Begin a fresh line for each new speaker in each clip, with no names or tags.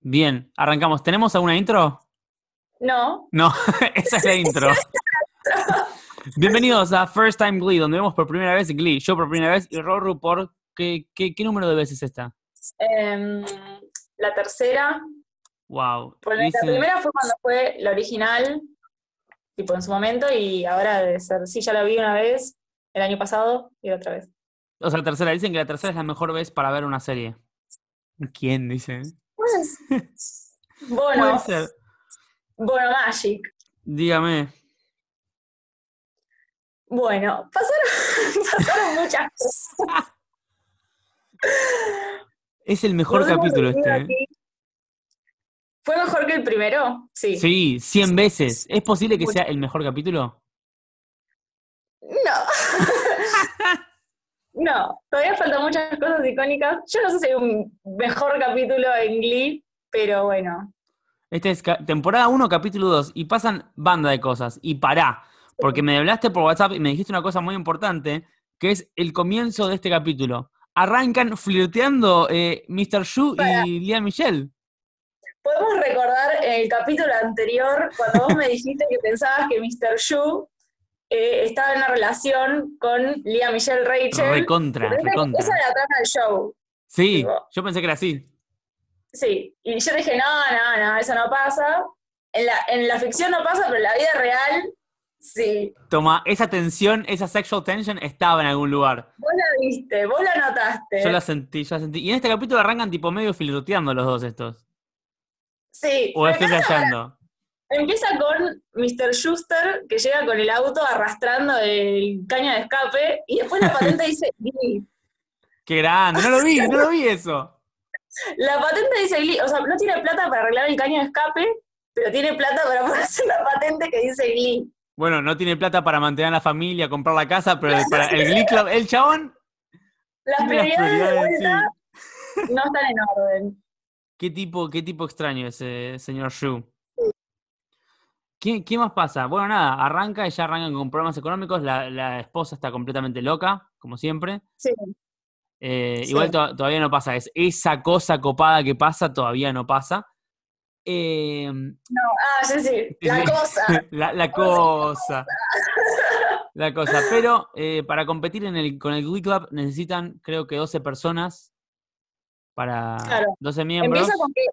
Bien, arrancamos. ¿Tenemos alguna intro?
No.
No, esa es la intro. Bienvenidos a First Time Glee, donde vemos por primera vez Glee, yo por primera vez y Rorru por... ¿Qué, qué, qué número de veces está?
Em, la tercera.
Wow.
Porque
dice-
La primera fue cuando fue la original, tipo en su momento, y ahora debe ser. Sí, ya la vi una vez, el año pasado, y otra vez.
O sea, la tercera. Dicen que la tercera es la mejor vez para ver una serie. ¿Quién dice?
Bono,
Puede ser.
Bono Magic.
Dígame.
Bueno, pasaron, pasaron muchas cosas.
Es el mejor
Nos hemos
capítulo
reunido
este. ¿eh?
aquí. ¿Fue mejor que el primero? Sí.
Sí, 100 veces. ¿Es posible que
Mucho.
sea el mejor capítulo?
No. no, todavía faltan muchas cosas icónicas. Yo no sé si hay un mejor capítulo en Glee, pero bueno.
Este es ca- temporada 1, capítulo 2, y pasan banda de cosas. Y pará, porque me hablaste por WhatsApp y me dijiste una cosa muy importante, que es el comienzo de este capítulo. Arrancan flirteando eh, Mr. Yu
Pará.
y Lea Michelle.
Podemos recordar el capítulo anterior, cuando vos me dijiste que pensabas que Mr. Yu eh, estaba en una relación con Lia Michelle Rachel.
Recontra,
Pero esa-
recontra.
Esa era la trama del show.
Sí,
tipo-
yo pensé que era así.
Sí, y yo dije, no, no, no, eso no pasa. En la, en la ficción no pasa, pero en la vida real, sí.
Toma, esa tensión, esa sexual tension estaba en algún lugar.
Vos la viste, vos la notaste.
Yo la sentí, yo la sentí. Y en este capítulo arrancan tipo medio flirteando los dos estos.
Sí,
O
pero
estoy
acá
callando.
empieza con Mr. Schuster, que llega con el auto arrastrando el caño de escape, y después la patente dice Glee.
Qué grande, no lo vi, no lo vi eso.
La patente dice Glee, o sea, no tiene plata para arreglar el caño de escape, pero tiene plata para ponerse una patente que dice Glee.
Bueno, no tiene plata para mantener a la familia, comprar la casa, pero para el Glee Club, el chabón.
Las
tiene las
prioridades de
prioridades,
vuelta
sí.
no están en orden.
¿Qué tipo, qué tipo extraño ese señor Shu. ¿Qué, qué más pasa? Bueno, nada, arranca y ya arrancan con problemas económicos. La, la esposa está completamente loca, como siempre.
Sí.
Eh,
Sí.
Igual to- todavía no pasa. Es esa cosa copada que pasa, todavía no pasa. Eh,
Ah, sí, sí. La
Sí.
cosa.
La, la cosa. La cosa. Pero eh, para competir en el, con el Glee Club necesitan, creo que 12 personas. Para
Claro.
12 miembros.
Empieza con que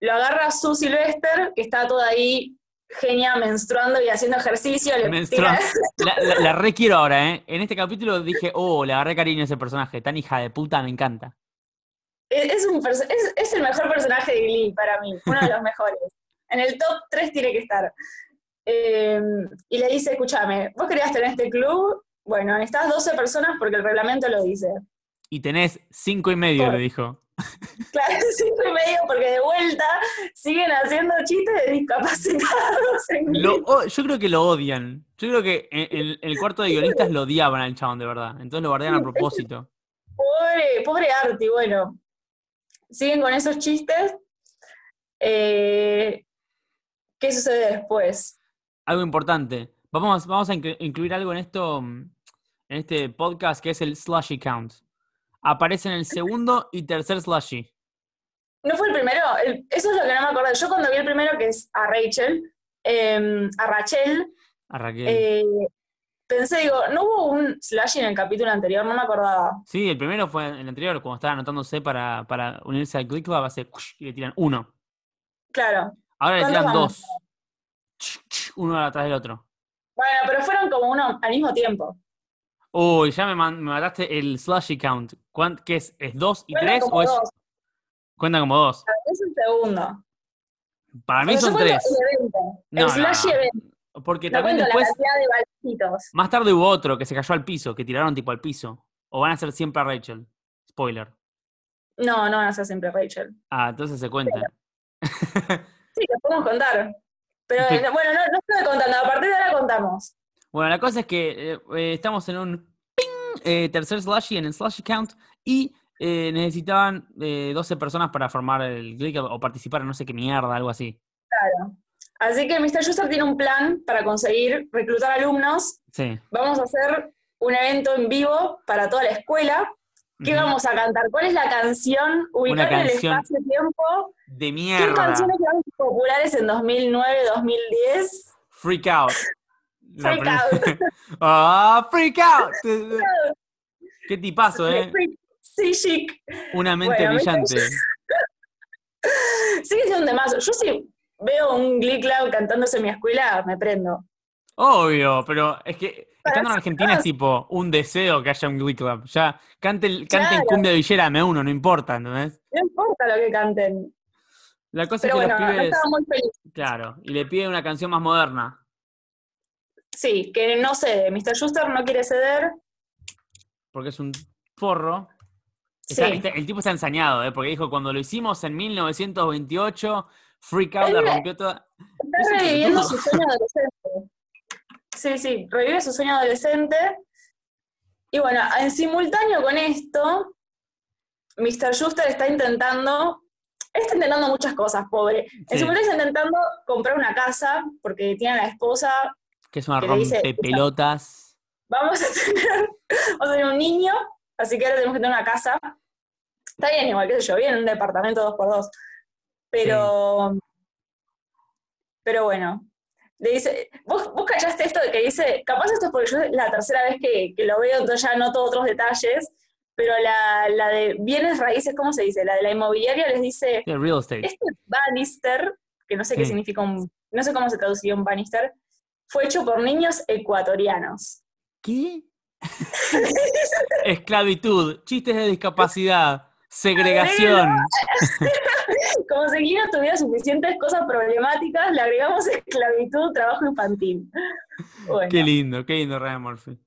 lo agarra Sue Sylvester, que está toda ahí genia menstruando y haciendo ejercicio. le
Menstrua-
tira-
La, la- la requiero ahora, ¿eh? En este capítulo dije, oh, le agarré cariño a ese personaje. Tan hija de puta, me encanta.
Es, es un perso- es- es el mejor personaje de Glee para mí, uno de los mejores. En el top 3 tiene que estar. Eh, y le dice, escúchame, vos querías tener este club, bueno, necesitas 12 personas porque el reglamento lo dice.
Y tenés cinco y medio, le dijo.
Claro, 5 y medio porque de vuelta siguen haciendo chistes de discapacitados. en
Lo
Glee.
o- yo creo que lo odian. Yo creo que en, en el cuarto de guionistas lo odiaban al chabón, de verdad. Entonces lo guardaban a
Sí, es-
propósito.
Pobre, pobre Arti, bueno. Siguen con esos chistes. Eh, ¿Qué sucede después?
algo importante. Vamos, vamos a inclu- incluir algo en esto, mm, en este podcast, que es el slushy count. Aparece en el segundo y tercer slushy.
No fue el primero, el- eso es lo que no me acuerdo. Yo cuando vi el primero, que es a Rachel, eh, a Rachel,
A Raquel.
eh, pensé, digo, ¿no hubo un slash en el capítulo anterior? No me acordaba.
sí, el primero fue el anterior, cuando estaba anotándose para, para unirse al Glee Club, hace cush, y le tiran uno.
Claro.
Ahora le
¿Cuántos
tiran
van?
Ah, dos. Ch, ch, Uno atrás del otro.
Bueno, pero fueron como uno al mismo tiempo.
Uy, ya me, man- me mataste el slushy count. ¿Cuán- ¿Qué es? ¿Es dos y
Fueron
tres
como
o es,
dos.
cuenta como dos?
Es el segundo.
Para mí
Pero yo
son
cuento
tres.
El, evento,
No,
el
no,
slash
no.
evento.
Porque
No
también
cuento
después
la cantidad de balcitos.
Más tarde hubo otro que se cayó al piso, que tiraron tipo al piso. O van a ser siempre a Rachel. Spoiler.
No, no van a ser siempre Rachel.
Ah, entonces se cuenta.
Sí, lo podemos contar. Pero
Sí.
eh, no- bueno, no, no estoy contando, a partir de ahora contamos.
Bueno, la cosa es que eh, eh, estamos en un ping, eh, tercer slushy en el slushy count y eh, necesitaban eh, 12 personas para formar el Glee Club o participar en no sé qué mierda, algo así.
Así que Mr. Schuster tiene un plan para conseguir reclutar alumnos.
Sí.
Vamos a hacer un evento en vivo para toda la escuela ¿Qué vamos a cantar? ¿Cuál es la canción? Ubicar en el
canción
espacio-tiempo.
De
¿Qué
mierda.
canciones fueron populares en 2009, 2010?
Freak out. La
Freak
primera-
out.
¡Ah, freak out! Qué tipazo, ¿eh?
Freak- Sí, chic.
Una mente
Bueno, me-
brillante.
Sigue siendo un temazo. Yo sí veo un Glee Club cantándose en mi escuela, me prendo.
Obvio, pero es que
Para
estando en Argentina es
chicos.
tipo un deseo que haya un Glee Club. Ya, canten, canten
Claro.
cumbia villera, me uno, no importa, ¿entendés?
No importa lo que canten.
La cosa
Pero
es que
bueno,
los
acá
pibes.
estaba muy feliz.
Claro, y le piden una canción más moderna.
Sí, que no cede. Mr. Schuster no quiere ceder.
Porque es un forro.
Sí.
Está- está- el tipo está ensañado, ¿eh? porque dijo, cuando lo hicimos en 1928, Freak Out
Él
la
era-
rompió toda... Es un
Está reviviendo
pelotudo.
su sueño adolescente. Sí, sí, revive su sueño adolescente. Y bueno, en simultáneo con esto, Mr. Schuster está intentando, está intentando muchas cosas, pobre.
Sí.
En simultáneo está intentando comprar una casa porque tiene a la esposa,
Que es una
Que le dice-
rompepelotas.
vamos a tener, vamos a tener un niño, así que ahora tenemos que tener una casa. Está bien igual, qué sé yo, bien un departamento dos por dos. Pero, pero bueno, le dice, ¿vos, vos callaste esto de que dice, capaz esto es porque yo es la tercera vez que, que lo veo, entonces ya noto otros detalles, pero la, la de bienes raíces, ¿cómo se dice? La de la inmobiliaria les dice,
Sí, real estate.
este Bannister, que no sé qué
Sí.
significa un, no sé cómo se traduciría un Bannister, fue hecho por niños ecuatorianos.
¿Qué? Esclavitud, chistes de discapacidad, segregación.
Como si Guido tuviera suficientes cosas problemáticas, le agregamos esclavitud, trabajo infantil. Bueno,
Qué lindo, qué lindo Ryan Murphy.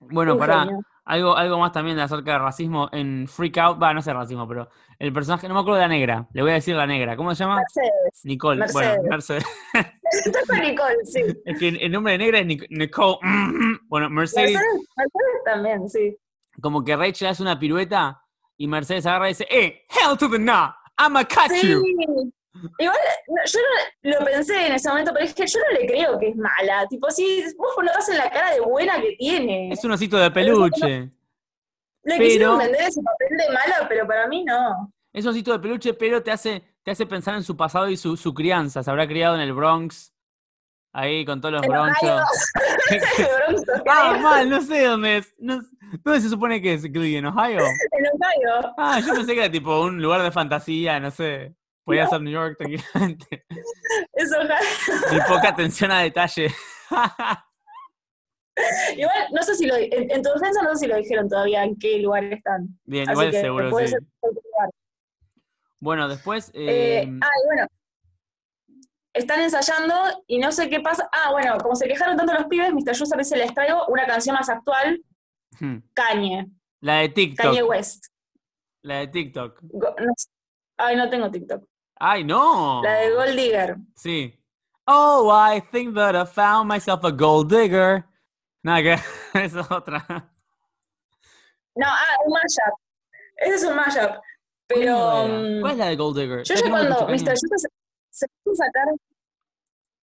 Bueno,
un
pará,
genio.
algo, algo más también acerca de racismo en Freak Out, va, no sé racismo, pero el personaje, no me acuerdo de la negra, le voy a decir la negra, ¿cómo se llama?
Mercedes.
Nicole, bueno,
Mercedes.
Mercedes.
Esto fue Nicole, sí.
Es que el nombre de negra es Nic- Nicole. Bueno, Mercedes,
Mercedes, Mercedes también, sí.
como que Rachel hace una pirueta y Mercedes agarra y dice, ¡Eh! ¡Hell to the no! ¡I'm a cut
Sí.
you!
Igual, no, yo no- lo pensé en ese momento, pero es que yo no le creo que es mala. Tipo, si vos notas en la cara de buena que tiene.
Es un osito de peluche.
Le
pero-
quisieron vender ese papel de mala, pero para mí no.
Es un osito de peluche, pero te hace, te hace pensar en su pasado y su, su crianza. Se habrá criado en el Bronx, ahí con todos los
En Ohio.
bronchos.
De Bronx,
ah, mal, no sé dónde es. No, ¿Dónde se supone que es Glee? ¿En Ohio?
en Ohio.
Ah, yo pensé que era tipo un lugar de fantasía, no sé. Podía ser New York tranquilamente.
Es Ohio.
Y poca atención a detalle.
Igual, no sé si lo. En, en tu defensa, no sé si lo dijeron todavía en qué lugar están.
Bien,
Así
igual
que
seguro
puede
sí.
ser cualquier lugar.
Bueno, después.
Eh,
eh,
ah, y bueno. Están ensayando y no sé qué pasa. Ah, bueno, como se quejaron tanto los pibes, Mr. User dice: Les traigo una canción más actual,
hmm,
Kanye,
La de TikTok.
Kanye West.
La de TikTok.
Go- no sé. Ay, no tengo TikTok.
¡Ay, no!
La de Gold Digger.
Sí. Oh, I think that I found myself a gold digger. Nada que esa es otra.
No, ah, un mashup. Ese es un mashup. Pero. mm,
¿Cuál era?
um,
¿Cuál es la de gold digger? La
Yo ya
tengo que
cuando
escuchar,
Mr.
Kanye.
User se, se puso a sacar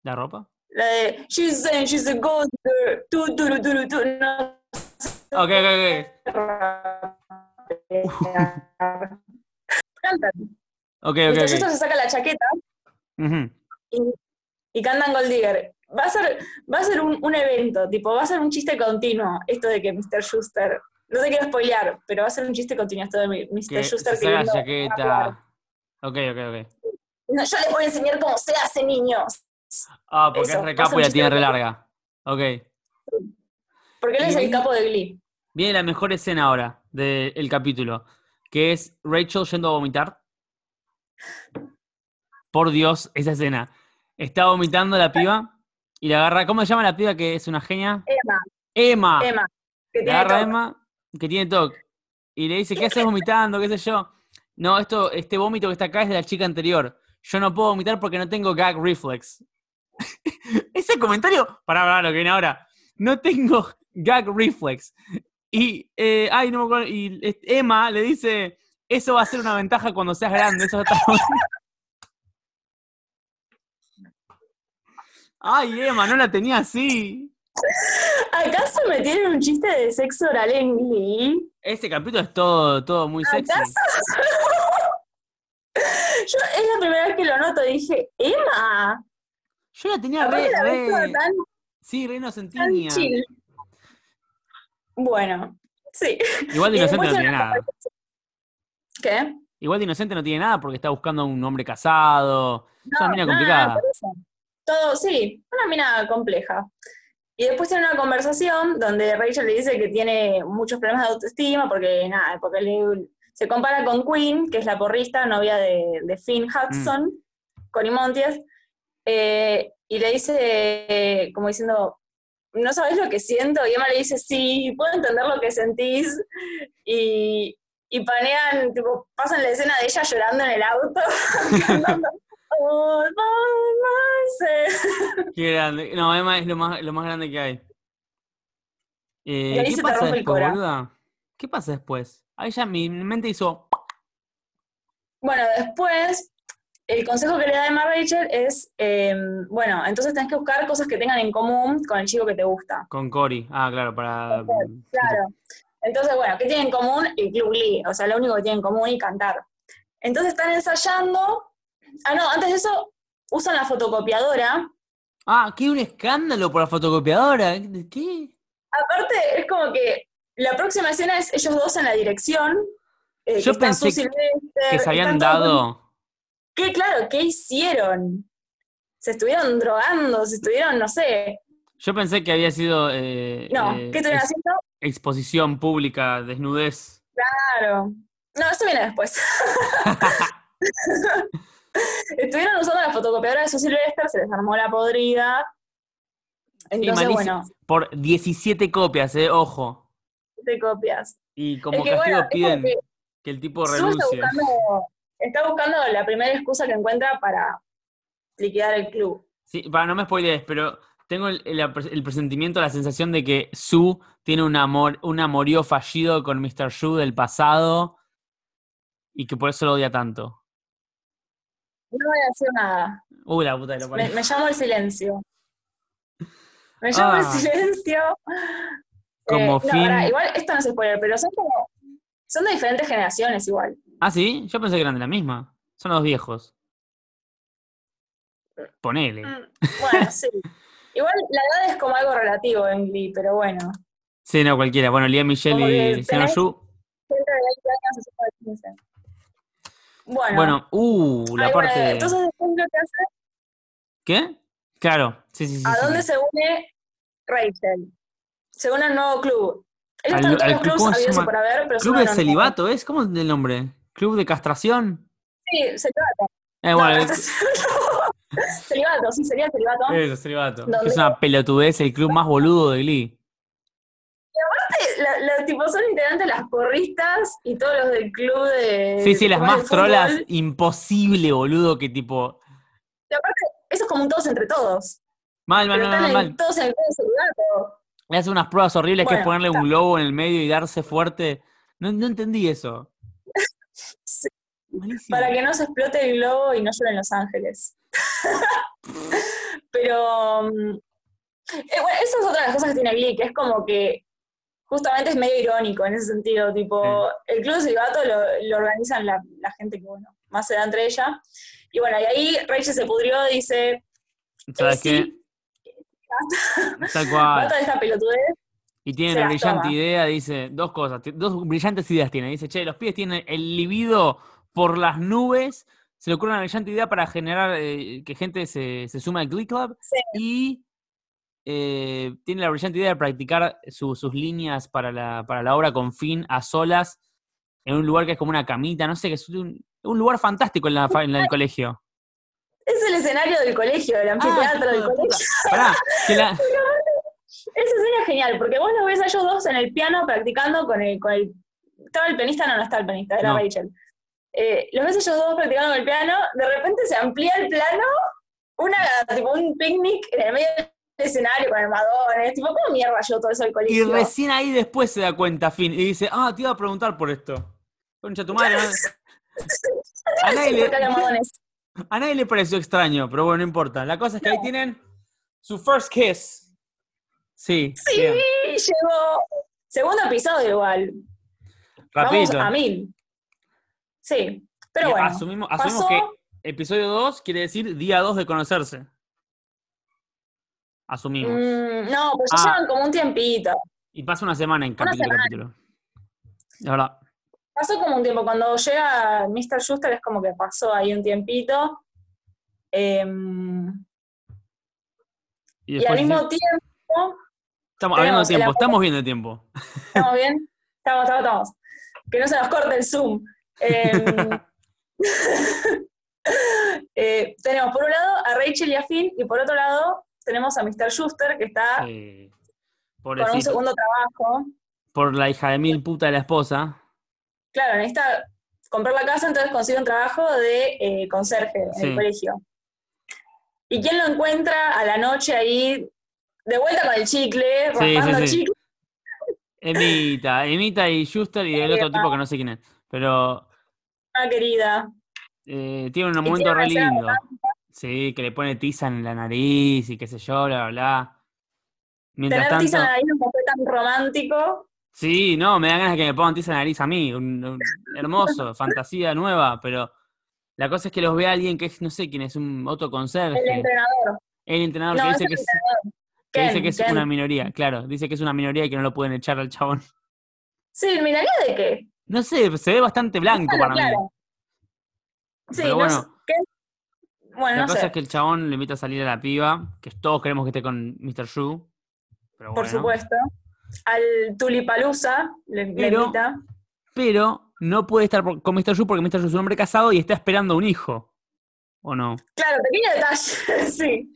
¿La ropa?
La de She's saying she's a ghost girl. Tu, tu, tu, tu, tu, no.
Ok, ok,
Cantan.
ok. Ok, ok,
Entonces
ok.
se saca la chaqueta
Ujú.
y, y cantan Gold Digger. Va a ser, va a ser un, un evento, tipo, va a ser un chiste continuo esto de que Mr. Schuster. No te quiero spoilear, pero va a ser un chiste continuo esto de mi- Mr.
Que se
Schuster
saca la
queriendo hablar.
chaqueta. Ok, ok, ok.
No, yo les voy a enseñar cómo se hace, niños.
Ah, porque
Eso,
es
pasa
recapo
un
y la
chiste
tiene
de-
re larga. Ok.
Porque él es
Y-
el capo de Glee.
Viene la mejor escena ahora del capítulo, que es Rachel yendo a vomitar. Por Dios, esa escena. Está vomitando la piba y la agarra. ¿Cómo se llama la piba que es una genia?
Emma,
Emma.
Emma, que
Ah. La
tiene
agarra
todo.
Emma, que tiene TOC. Y le dice, ¿qué haces vomitando? ¿Qué sé yo? No, esto, este vómito que está acá es de la chica anterior. Yo no puedo vomitar porque no tengo gag reflex. Ese comentario, pará, pará, lo que viene ahora. No tengo gag reflex. Y, eh, ay, no me acuerdo. Y eh, Emma le dice, eso va a ser una ventaja cuando seas grande. Eso está bueno". Ay, Emma, no la tenía así.
¿Acaso me tienen un chiste de sexo oral en Glee?
Este capítulo es todo, todo muy sexy.
¿Acaso? Yo es la primera vez que lo noto, dije, Emma,
Yo la tenía
¿por qué
re,
la ves
re-
toda tan,
sí, re inocente.
tan chill? Bueno, sí.
Igual de
Y
inocente
después
no tiene
una-
nada.
¿Qué?
Igual de inocente no tiene nada porque está buscando a un hombre casado. es una mina
nada,
complicada.
por eso. Todo, sí, una mina compleja. Y después tiene una conversación donde Rachel le dice que tiene muchos problemas de autoestima porque nada, porque le- se compara con Queen, que es la porrista, novia de, de Finn Hudson, Connie Montias, eh, y le dice, eh, como diciendo, ¿no sabes lo que siento? Y Emma le dice, sí, puedo entender lo que sentís. Y, y panean, tipo, pasan la escena de ella llorando en el auto, cantando, "Oh, "All by myself".
Qué grande. No, Emma es lo más, lo más grande que hay. Eh,
Y ahí
¿Qué
se te
pasa
rompe el
después,
cora.
boluda? ¿Qué pasa después? Ahí ya mi mente hizo.
Bueno, después, el consejo que le da Emma a Rachel es, eh, bueno, entonces tenés que buscar cosas que tengan en común con el chico que te gusta.
Con Cory. Ah, claro, para. mm.
Claro. Entonces, bueno, ¿qué tienen en común? El Club Lee, o sea, lo único que tienen en común y cantar. Entonces están ensayando. Ah, no, antes de eso usan la fotocopiadora.
Ah, qué un escándalo por la fotocopiadora. ¿Qué?
Aparte, es como que la próxima escena es ellos dos en la dirección. eh,
Yo
que está
pensé
Sue Sylvester,
Que se habían
Eh, están todos-
dado.
¿Qué, claro, qué hicieron? Se estuvieron drogando, se estuvieron, no sé.
Yo pensé que había sido. eh,
No,
eh,
¿qué estuvieron
ex-
haciendo?
Exposición pública, desnudez.
Claro. No, esto viene después. Estuvieron usando la fotocopiadora de su Sylvester, se les armó la podrida. Entonces,
malísimo.
bueno,
Por 17 copias, eh, ojo.
te copias.
Y como
Es que,
castigo
bueno, es
piden
como
que el tipo
Sue está
renuncie.
buscando- está buscando la primera excusa que encuentra para liquidar el club.
Sí, para no me spoilees, pero tengo el, el apre- el presentimiento, la sensación de que Sue tiene un amor, un amorío fallido con Mr. Shu del pasado y que por eso lo odia tanto.
No voy a decir nada.
Uh, la puta de la
Me,
pared.
me llamo el silencio. Me llamo el
Ah.
silencio. Eh,
Como
no,
fin-
pará, igual esto no es spoiler, pero son como. Son de diferentes generaciones igual.
Ah, sí, yo pensé que eran de la misma. Son los viejos. Ponele.
Mm, Bueno, sí. Igual la edad es como algo relativo en Glee, pero bueno.
Sí, no, cualquiera. Bueno, Lía
Como que
Michelle y Sean
tenés-
Shu.
Gente de 20 años se suma de 15. Bueno,
Bueno, uh, la
ahí, bueno,
parte de-
entonces después lo que hace,
¿Qué? Claro, sí, sí, sí. sí,
¿a dónde
sí.
se une Rachel? Se une al nuevo club. Ellos
Al-
están en todos
al
los
club, ¿cómo
clubs
se
abiertos
llama?
por haber, pero se
Club de
unieron a-
celibato, ¿es? ¿Cómo es el nombre? ¿Club de castración?
Sí, celibato.
Eh,
No,
bueno, eh.
no, celibato, sí, sería celibato.
Eso, celibato.
Donde-
Es una pelotudez, el club más boludo de Glee.
La- la- tipo, son integrantes las porristas y todos los del club de.
Sí, sí, las
de
más
fútbol.
trolas, imposible, boludo, que tipo.
Y aparte, eso es como un todos entre todos.
Mal, mal,
Pero
mal,
están
mal,
en-
mal.
todos en el club de celibato.
Le hacen unas pruebas horribles que es
Bueno,
ponerle un globo en el medio y darse fuerte. No, no entendí eso.
Sí.
Malísimo.
para que no se explote el globo y no llueva en Los Ángeles. Pero mm, eh, bueno, eso es otra de las cosas que tiene Glee, que es como que justamente es medio irónico en ese sentido, tipo,
Sí.
el club de silbato lo, lo organizan la, la gente que, bueno, más se da entre ella. Y bueno, y ahí Rachel se pudrió, dice,
¿Sabes
eh,
qué? Ah. Tal cual.
basta de esta pelotudez,
Y tiene
se
una
las
brillante
toma.
idea, dice, dos cosas, ti- dos brillantes ideas tiene. Dice, che, los pies tienen el libido por las nubes, se le ocurre una brillante idea para generar eh, que gente se, se suma al Glee Club
Sí.
y eh, tiene la brillante idea de practicar su- sus líneas para la, para la obra con fin a solas en un lugar que es como una camita, no sé, que es un, un lugar fantástico en, la, fa- en la- el colegio.
es el escenario del colegio, del anfiteatro
Ah, hijo
del
de puta.
colegio.
Pará, que la-
Esa escena es genial, porque vos los ves a ellos dos en el piano practicando con el. Con el ¿Estaba el pianista? No, no está el pianista, era
No.
Rachel. Eh, los ves a ellos dos practicando con el piano, de repente se amplía el plano, una, tipo un picnic en el medio del escenario con armadones, tipo, ¿cómo mierda yo todo eso al
Y
colegio?
recién ahí después se da cuenta Finn y dice, ah, te iba a preguntar por esto. Concha tu madre. ¿no? A nadie,
Porque hay
le,
almohadones.
a nadie le pareció extraño, pero bueno, no importa. La cosa es que ahí tienen su first kiss. Sí.
Sí,
bien.
llegó. Segundo episodio igual. Vamos
Rapidito.
a mil. Sí, pero
Y
bueno.
asumimos asumimos
pasó-
que episodio 2 quiere decir día 2 de conocerse. Asumimos.
Mm, no, pues ya
Ah.
llevan como un tiempito.
Y pasa una semana en
Una
capítulo a capítulo. La verdad.
Pasó como un tiempo. Cuando llega Mr. Schuster es como que pasó ahí un tiempito. Em,
Y
y al
después
mismo tiempo,
estamos hablando de
tenemos el
tiempo,
apoyo-
estamos viendo el tiempo.
¿estamos bien? Estamos, estamos, estamos. Que no se nos corte el Zoom. Em, eh, tenemos por un lado a Rachel y a Finn, y por otro lado tenemos a Mr. Schuster, que está
Eh,
Ah. con un
pobrecito.
segundo trabajo.
Por la hija de mil puta de la esposa.
Claro, necesita comprar la casa, entonces consigue un trabajo de eh, conserje en
Sí.
el colegio. ¿Y quién lo encuentra a la noche ahí, de vuelta con el chicle,
Sí,
raspando
sí, sí.
chicle?
Emita, Emita y Schuster y el otro tipo que no sé quién es. Pero
Ah, querida.
eh, tiene un
Y
momento
tiene
re
una escena
lindo. Sí, que le pone tiza en la nariz y qué sé yo, bla, bla, bla. Mientras
Tener tiza en la
tanto.
nariz no fue tan romántico.
Sí, no, me da ganas de que me pongan tiza en la nariz a mí. un- un hermoso, fantasía nueva, pero la cosa es que los ve alguien que es, no sé quién es, un otro
El
conserje.
entrenador.
El entrenador
No,
que
es
Este, dice
el
que es, que
Ken,
dice que es
Ken.
una minoría, claro, dice que es una minoría y que no lo pueden echar al chabón.
Sí, miraría de qué.
No sé, se ve bastante blanco
Claro,
para mí.
claro. Sí,
Pero
no
bueno,
sé, Ken- Bueno,
la
no
cosa
sé.
es que el chabón le invita a salir a la piba, que todos queremos que esté con Mr. Yu. Pero
Por
bueno.
supuesto. Al Tulipalusa le, le
Pero-
invita.
Pero no puede estar por- con Mr. Yu porque Mr. Yu es un hombre casado y está esperando un hijo. ¿O no?
Claro, pequeño detalle, sí.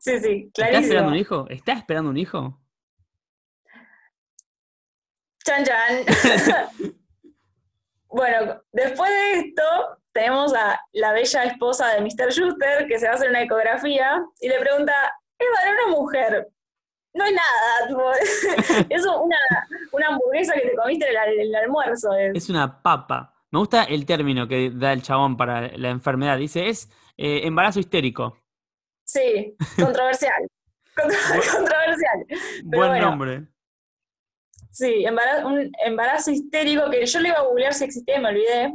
Sí, sí,
¿Está esperando
clarísimo.
un hijo? ¿Está esperando un hijo?
Chan, chan. bueno, después de esto, tenemos a la bella esposa de Mr. Schuster, que se va a hacer una ecografía, y le pregunta, ¿es varón o mujer? No es nada, tipo, es una, una hamburguesa que te comiste en el, al- el almuerzo. es.
Es una papa. Me gusta el término que da el chabón para la enfermedad. Dice, es eh, embarazo histérico.
Sí, controversial. Contro- controversial.
Buen
bueno.
nombre.
Sí, embarazo, un embarazo histérico que yo le iba a googlear si existía y me olvidé.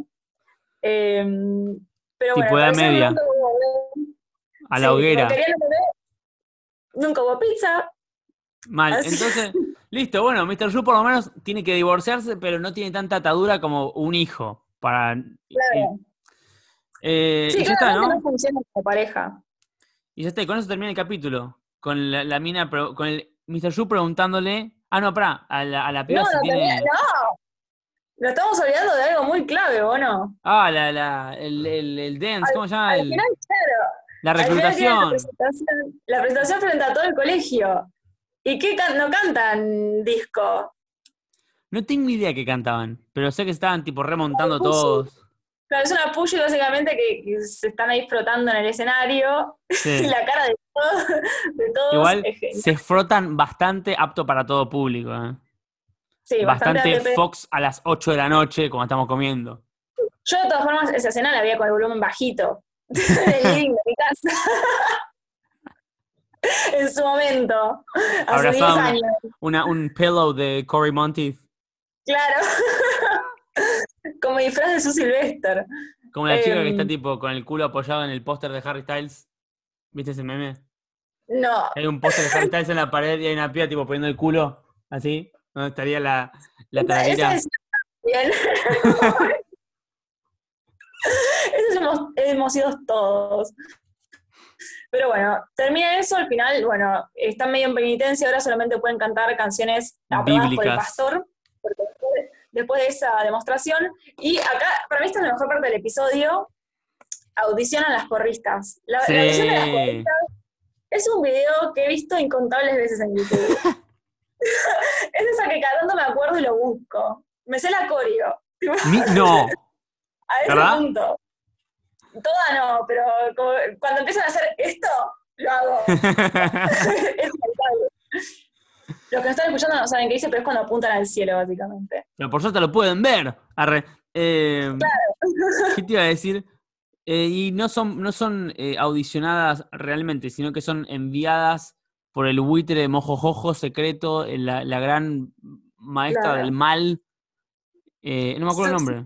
Eh, pero bueno,
Tipo
al
edad
parecer
media.
nunca hubo bebé.
A la
Sí,
hoguera.
cuando querían un bebé, Nunca hubo pizza.
Mal.
Así-
Entonces, listo, bueno, Mr. Yu por lo menos tiene que divorciarse, pero no tiene tanta atadura como un hijo. Para...
Claro.
Eh,
Sí,
y ya está,
claramente
¿no?
no funciona como pareja.
Y ya está, y con eso termina el capítulo. Con la, la mina, pro- con el Mr. Yu preguntándole. Ah, no, pará, a la, a la piba
No,
si
no,
tiene.
tenía- no. Nos estamos olvidando de algo muy clave, ¿o no?
Ah, la, la, el, el, el dance, ¿cómo se llama?
Al
El-
final, claro.
la
al final tienen la
reclutación.
presentación, la presentación frente a todo el colegio. ¿Y qué can- no cantan disco?
No tengo idea que cantaban, pero sé que estaban tipo remontando
Ay, pues sí.
todos.
Claro, es una puya básicamente que, que se están ahí frotando en el escenario.
Sí.
La cara de todos, de todos
Igual
es genial.
se frotan bastante apto para todo público. ¿eh?
Sí, bastante,
bastante
ATP.
Fox a las 8 de la noche cuando estamos comiendo.
Yo de todas formas esa escena la veía con el volumen bajito del living de mi casa. en su momento, hace 10
Abrazado a una-
años,
Una, un pillow de Cory Monteith,
claro. Como disfraz de su Sylvester.
como la chica que está
Em.
tipo con el culo apoyado en el póster de Harry Styles. ¿Viste ese meme?
No,
Hay un póster de Harry Styles en la pared y hay una piba tipo poniendo el culo así, donde estaría la, la
esa,
tararira.
esa es bien. Esos hemos, hemos sido todos. Pero bueno, termina eso, al final, bueno, están medio en penitencia, ahora solamente pueden cantar canciones aprobadas por el
Bíblicas.
pastor, porque después- después de esa demostración. Y acá, para mí esta es la mejor parte del episodio, audicionan las porristas. La, la
Sí.
audición de las porristas es un video que he visto incontables veces en YouTube. es esa que cada tanto me acuerdo y lo busco. Me sé la coreo,
Mi- no,
a ese
¿Verdad?
punto. Toda no, pero como- cuando empiezan a hacer esto, lo hago. Es inevitable. Los que nos están escuchando no saben qué dice, pero es cuando apuntan al cielo, básicamente.
pero por suerte lo pueden ver. Arre. Eh, ¿Qué te iba a decir? Eh, y no son, no son eh, audicionadas realmente, sino que son enviadas por el buitre de mojojojo secreto, la, la gran maestra
Claro.
del mal. Eh, no me acuerdo el nombre.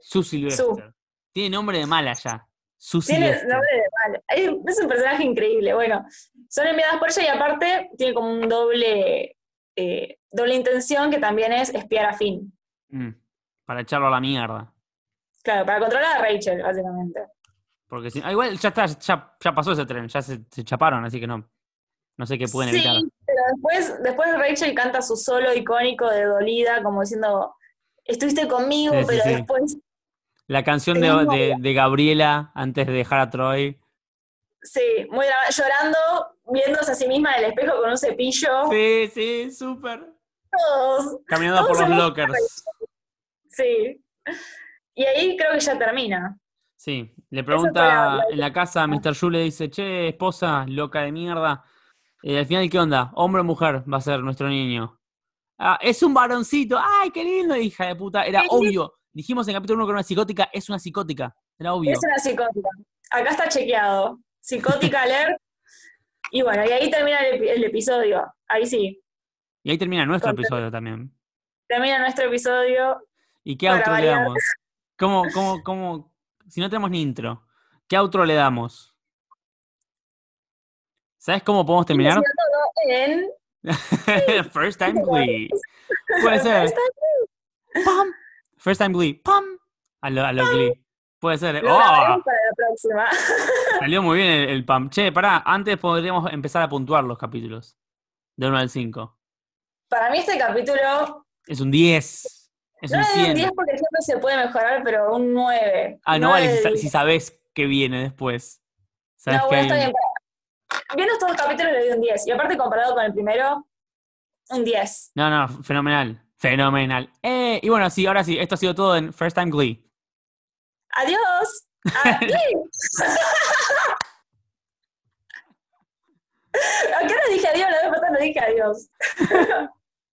Su Silvestre. Tiene nombre de mala ya. Su
Tiene
Silvestre.
nombre de mal. Ay, Es un personaje increíble. Bueno, son enviadas por ella y aparte tiene como un doble, eh, doble intención que también es espiar a Finn.
Mm, para echarlo a la mierda.
Claro, para controlar a Rachel, básicamente.
Porque si, ah, igual ya está, ya, ya pasó ese tren, ya se, se chaparon, así que no. No sé qué pueden
sí,
evitar.
pero después, después Rachel canta su solo icónico de Dolida, como diciendo, estuviste conmigo,
Sí, sí,
pero
sí.
después,
La canción de,
Tenemos-
de- de Gabriela antes de dejar a Troy.
sí, muy dra- llorando, viéndose a sí misma en el espejo con un cepillo.
Sí, sí, súper.
Todos,
Caminando por
Todos
los
somos
lockers.
sí. Y ahí creo que ya termina.
Sí, le
fue la-
pregunta
la-
en la casa a Mr. Yu, le dice, che, esposa, loca de mierda. eh, al final, ¿qué onda? ¿Hombre o mujer va a ser nuestro niño? Ah, es un varoncito. ¡Ay, qué lindo, hija de puta! Era
Qué lindo.
obvio. Dijimos en el capítulo 1 que era una psicótica. Es una psicótica. Era obvio.
Es una psicótica. Acá está chequeado. Psicótica alert. Y bueno, y ahí termina el, epi- el episodio. Ahí sí,
Y ahí termina nuestro
Contento.
episodio también.
termina nuestro episodio.
¿Y qué
Para
outro le
variar.
damos? ¿Cómo, cómo, cómo? Si no tenemos ni intro, ¿qué outro le damos? ¿Sabes cómo podemos terminar?
Siendo todo en-
First time glee. Puede ser. Pam. First time glee. Pam. A lo, a lo glee. Puede ser.
Lo
¡Oh!
grabaremos para la próxima.
Salió muy bien el, el pam. Che, pará, antes podríamos empezar a puntuar los capítulos. De 1 al 5.
Para mí este capítulo
Es un 10. Es
no
un
le doy un
100.
10 porque siempre se puede mejorar, pero un 9.
Ah, no
Nueve
vale
de
si, sa-
diez.
si sabes que viene después. Sabes
No,
que hay
bueno, está
un-
bien. pará. Viendo estos dos capítulos le doy un 10. Y aparte comparado con el primero, un 10.
No, no, fenomenal. Fenomenal. Eh, y bueno, sí, ahora sí, esto ha sido todo en First Time Glee.
Adiós. Adiós. ¿A qué hora dije adiós? La vez pasada no dije adiós.